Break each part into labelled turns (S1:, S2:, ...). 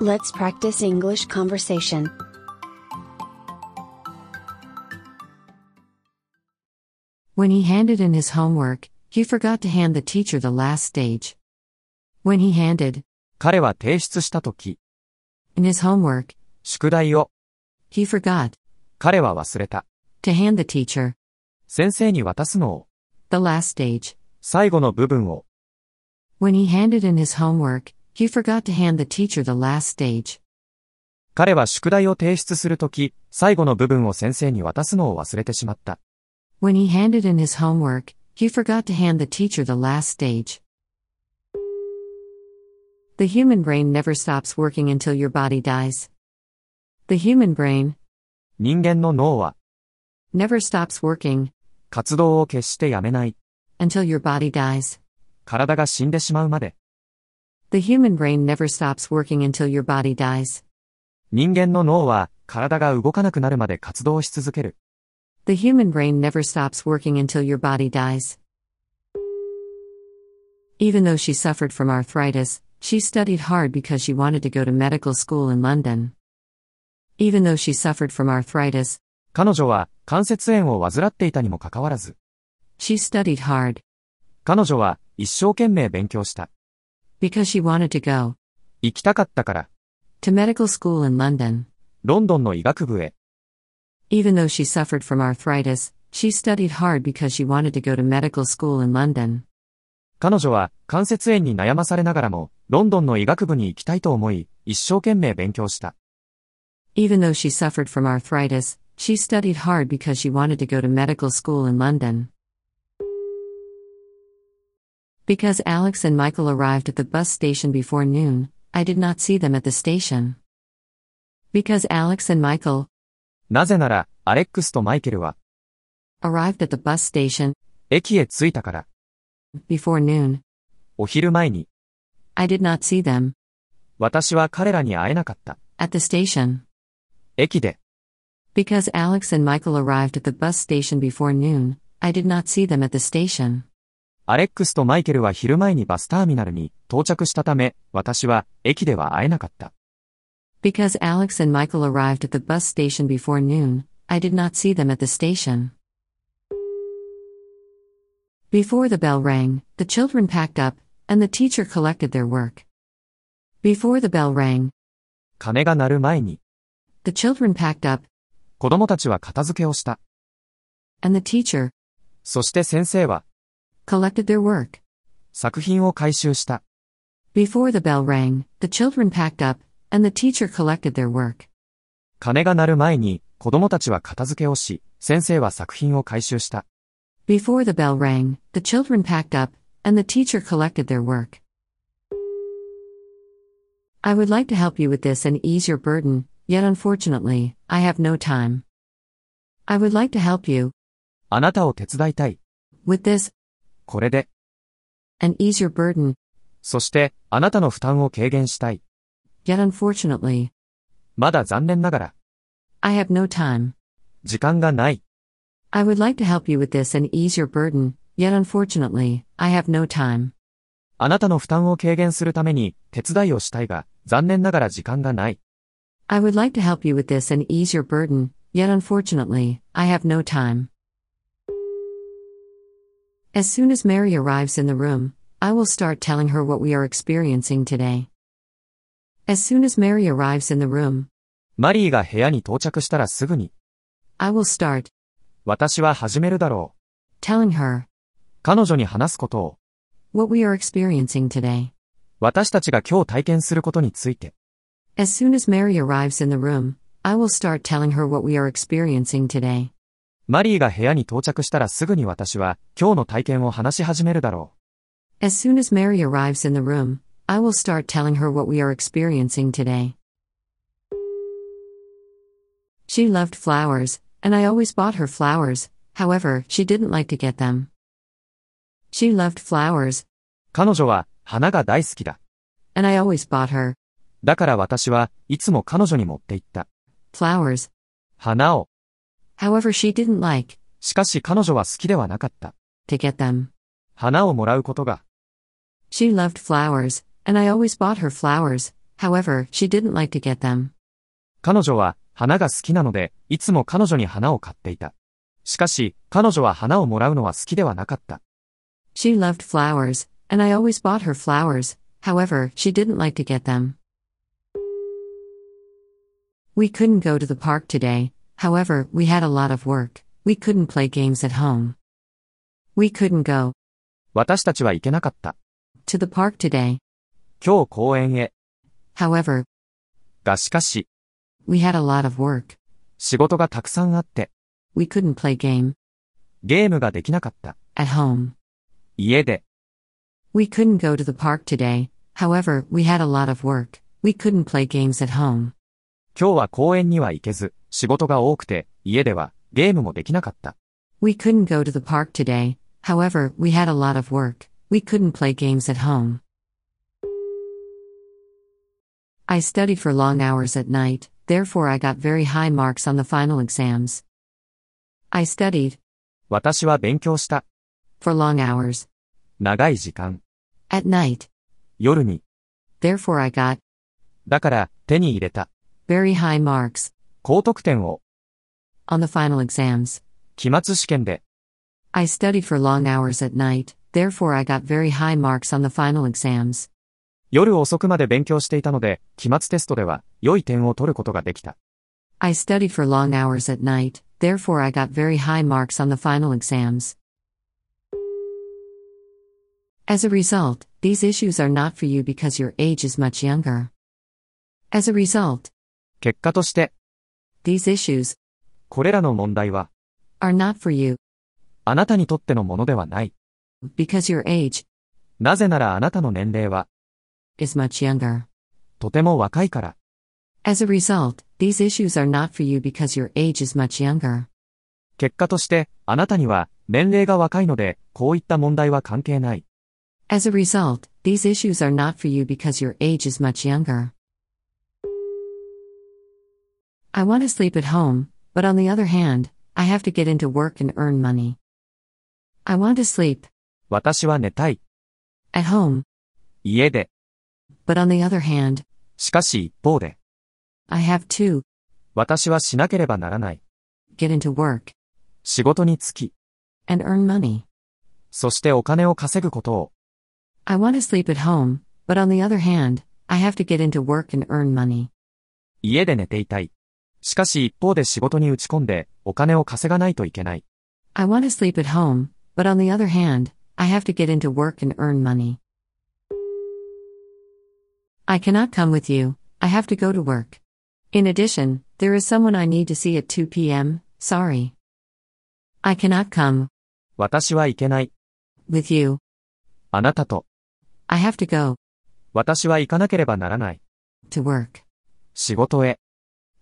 S1: Let's practice English conversation.
S2: When he handed in his homework, he forgot to hand the teacher the last stage. When he handed
S3: 彼は提出したとき、
S2: in his homework,
S3: 宿題を、
S2: he forgot
S3: 彼は忘れた。
S2: to hand the teacher
S3: 先生に渡すのを、
S2: the last stage.
S3: 最後の部分を、
S2: When he handed in his homework, he forgot to hand the teacher the last stage.
S3: 彼は宿題を提出するとき、最後の部分を先生に渡すのを忘れてしまった。
S2: When he handed in his homework, he forgot to hand the teacher the last stage. The human brain never stops working until your body dies. The human brain
S3: 人間の脳は、
S2: never stops working
S3: 活動を決してやめない。
S2: until your body dies.
S3: 体が死んでしまうまで。
S2: The human brain never stops working until your body dies.
S3: 人間の脳は、体が動かなくなるまで活動し続ける。
S2: The human brain never stops working until your body dies. Even though she suffered from arthritis, she studied hard because she wanted to go to medical school in London. Even though she suffered from arthritis,
S3: 彼女は、関節炎を患っていたにもかかわらず、
S2: she studied hard
S3: 彼女は、一生懸命勉強した。
S2: because she wanted to go
S3: 行きたかったから、
S2: to medical school in London.
S3: ロンドンの医学部へ。
S2: Even though she suffered from arthritis, she studied hard because she wanted to go to medical school in London.
S3: 彼女は関節炎に悩まされながらも、ロンドンの医学部に行きたいと思い、一生懸命勉強した。
S2: Even though she suffered from arthritis, she studied hard because she wanted to go to medical school in London. Because Alex and Michael arrived at the bus station before noon, I did not see them at the station. Because Alex and Michael
S3: なぜなら、アレックスとマイケルは、
S2: arrived at the bus station
S3: 駅へ着いたから、
S2: before noon,
S3: お昼前に、
S2: I did not see them
S3: 私は彼らに会えなかった。
S2: at the station.
S3: 駅で、
S2: Because Alex and Michael arrived at the bus station before noon, I did not see them at the station.
S3: アレックスとマイケルは昼前にバスターミナルに到着したため、私は駅では会えなかった。
S2: Because Alex and Michael arrived at the bus station before noon, I did not see them at the station. Before the bell rang, the children packed up, and the teacher collected their work. Before the bell rang,
S3: 鐘が鳴る前に、
S2: the children packed up,
S3: 子供たちは片付けをした。
S2: and the teacher
S3: そして先生は、
S2: collected their work.
S3: 作品を回収した。
S2: Before the bell rang, the children packed up, and the teacher collected their work.
S3: 鐘が鳴る前に、子供たちは片付けをし、先生は作品を回収した。
S2: Before the bell rang, the children packed up, and the teacher collected their work. I would like to help you with this and ease your burden, yet unfortunately, I have no time. I would like to help you
S3: あなたを手伝いたい。
S2: with this
S3: これで。
S2: and ease your burden,
S3: そして、あなたの負担を軽減したい。
S2: yet unfortunately,
S3: まだ残念ながら、
S2: I have no time.
S3: 時間がない。
S2: I would like to help you with this and ease your burden, yet unfortunately, I have no time.
S3: あなたの負担を軽減するために、手伝いをしたいが、残念ながら時間がない。
S2: I would like to help you with this and ease your burden, yet unfortunately, I have no time. As soon as Mary arrives in the room, I will start telling her what we are experiencing today. As soon as Mary arrives in the room,
S3: マリーが部屋に到着したらすぐに、
S2: I will start
S3: 私は始めるだろう。
S2: telling her
S3: 彼女に話すことを、
S2: what we are experiencing today.
S3: 私たちが今日体験することについて。
S2: As soon as Mary arrives in the room, I will start telling her what we are experiencing today.
S3: マリーが部屋に到着したらすぐに私は、今日の体験を話し始めるだろ
S2: As soon as Mary arrives in the room, I will start telling her what we are experiencing today. She loved flowers, and I always bought her flowers, however, she didn't like to get them. She loved flowers,
S3: う。彼女は、花が大好きだ。
S2: and I always bought her
S3: だから私はいつも彼女に持って行った。
S2: flowers,
S3: 花を。
S2: however, she didn't like
S3: しかし彼女は好きではなかった。
S2: to get them.
S3: 花をもらうことが、
S2: She loved flowers, and I always bought her flowers, However, she didn't like to get them.
S3: 彼女は花が好きなので、いつも彼女に花を買っていた。しかし、彼女は花をもらうのは好きではなかった。
S2: She loved flowers, and I always bought her flowers, however, she didn't like to get them. We couldn't go to the park today, however, we had a lot of work, we couldn't play games at home. We couldn't go
S3: 私たちは行けなかった。
S2: to the park today,
S3: 今日公園へ。
S2: however,
S3: がしかし、
S2: we had a lot of work,
S3: 仕事がたくさんあって、
S2: we couldn't play game
S3: ゲームができなかった。
S2: at home.
S3: 家で、
S2: We couldn't go to the park today, however, we had a lot of work, we couldn't play games at home.
S3: 今日は公園には行けず、仕事が多くて、家ではゲームもできなかった。
S2: We couldn't go to the park today, however, we had a lot of work, we couldn't play games at home. I studied for long hours at night, therefore, I got very high marks on the final exams. I studied,
S3: 私は勉強した。
S2: for long hours,
S3: 長い時間。
S2: at night,
S3: 夜に。
S2: therefore, I got,
S3: だから、手に入れた。
S2: very high marks,
S3: 高得点を、
S2: on the final exams.
S3: 期末試験で。
S2: I studied for long hours at night, therefore, I got very high marks on the final exams.
S3: 夜遅くまで勉強していたので、期末テストでは良い点を取ることができた。
S2: I studied for long hours at night, therefore, I got very high marks on the final exams. As a result, these issues are not for you because your age is much younger. As a result,
S3: 結果として、
S2: these issues
S3: これらの問題は、
S2: are not for you
S3: あなたにとってのものではない。
S2: because your age
S3: なぜならあなたの年齢は、
S2: is much younger.
S3: とても若いから。
S2: As a result, these issues are not for you because your age is much younger.
S3: 結果として、あなたには、年齢が若いので、こういった問題は関係ない。
S2: As a result, these issues are not for you because your age is much younger. I want to sleep at home, but on the other hand, I have to get into work and earn money. I want to sleep
S3: 私は寝たい。
S2: at home,
S3: 家で。
S2: but on the other hand,
S3: しかし一方で、
S2: I have to
S3: 私はしなければならない。
S2: get into work
S3: 仕事に就き、
S2: and earn money.
S3: そしてお金を稼ぐことを。
S2: I want to sleep at home, but on the other hand, I have to get into work and earn money.
S3: 家で寝ていたい。しかし一方で仕事に打ち込んで、お金を稼がないといけない。
S2: I want to sleep at home, but on the other hand, I have to get into work and earn money. I cannot come with you, I have to go to work. In addition, there is someone I need to see at 2 p.m., sorry. I cannot come
S3: 私はいけない。
S2: with you,
S3: あなたと、
S2: I have to go
S3: 私は行かなければならない。
S2: to work.
S3: 仕事へ。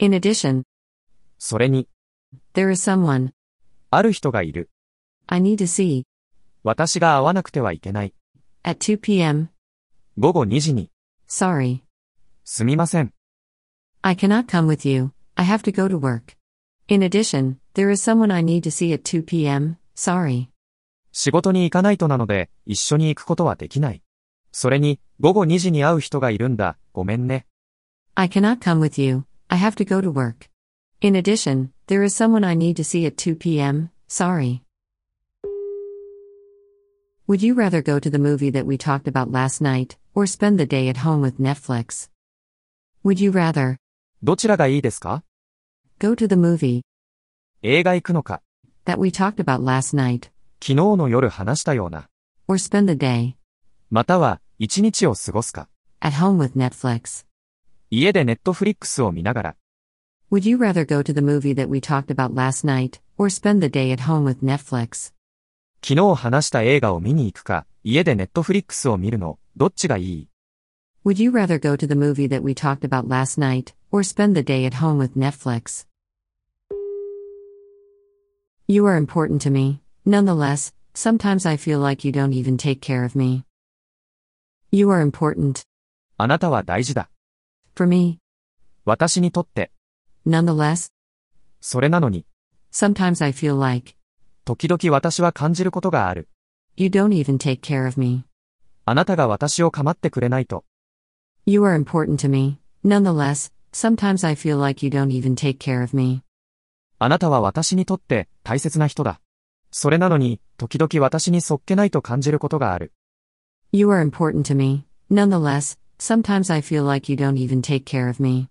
S2: In addition,
S3: それに、
S2: there is someone
S3: ある人がいる。
S2: I need to see
S3: 私が会わなくてはいけない。
S2: at 2 p.m.,
S3: 午後2時に、
S2: sorry.
S3: すみません。
S2: I cannot come with you, I have to go to work. In addition, there is someone I need to see at 2 p.m., sorry.
S3: 仕事に行かないとなので、一緒に行くことはできない。それに、午後2時に会う人がいるんだ、ごめんね。
S2: I cannot come with you, I have to go to work. In addition, there is someone I need to see at 2 p.m., sorry. Would you rather go to the movie that we talked about last night, or spend the day at home with Netflix? Would you rather
S3: どちらがいいですか
S2: go to the movie
S3: 映画行くのか、
S2: that we talked about last night,
S3: 昨日の夜話したような、
S2: or spend the day
S3: または、一日を過ごすか、
S2: at home with Netflix?
S3: 家でネットフリックスを見ながら、
S2: Would you rather go to the movie that we talked about last night, or spend the day at home with Netflix?
S3: 昨日話した映画を見に行くか、家でネットフリックスを見るの、どっちがいい
S2: Would you rather go to the movie that we talked about last night, or spend the day at home with Netflix? You are important to me. Nonetheless, sometimes I feel like you don't even take care of me. You are important
S3: あなたは大事だ。
S2: for me.
S3: 私にとって、
S2: Nonetheless,
S3: それなのに、
S2: sometimes I feel like
S3: 時々私は感じることがある。
S2: you don't even take care of me.
S3: あなたが私を構ってくれないと、
S2: You are important to me. Nonetheless, sometimes I feel like you don't even take care of me.
S3: あなたは私にとって大切な人だ。それなのに、時々私にそっけないと感じることがある。
S2: You are important to me. Nonetheless, sometimes I feel like you don't even take care of me.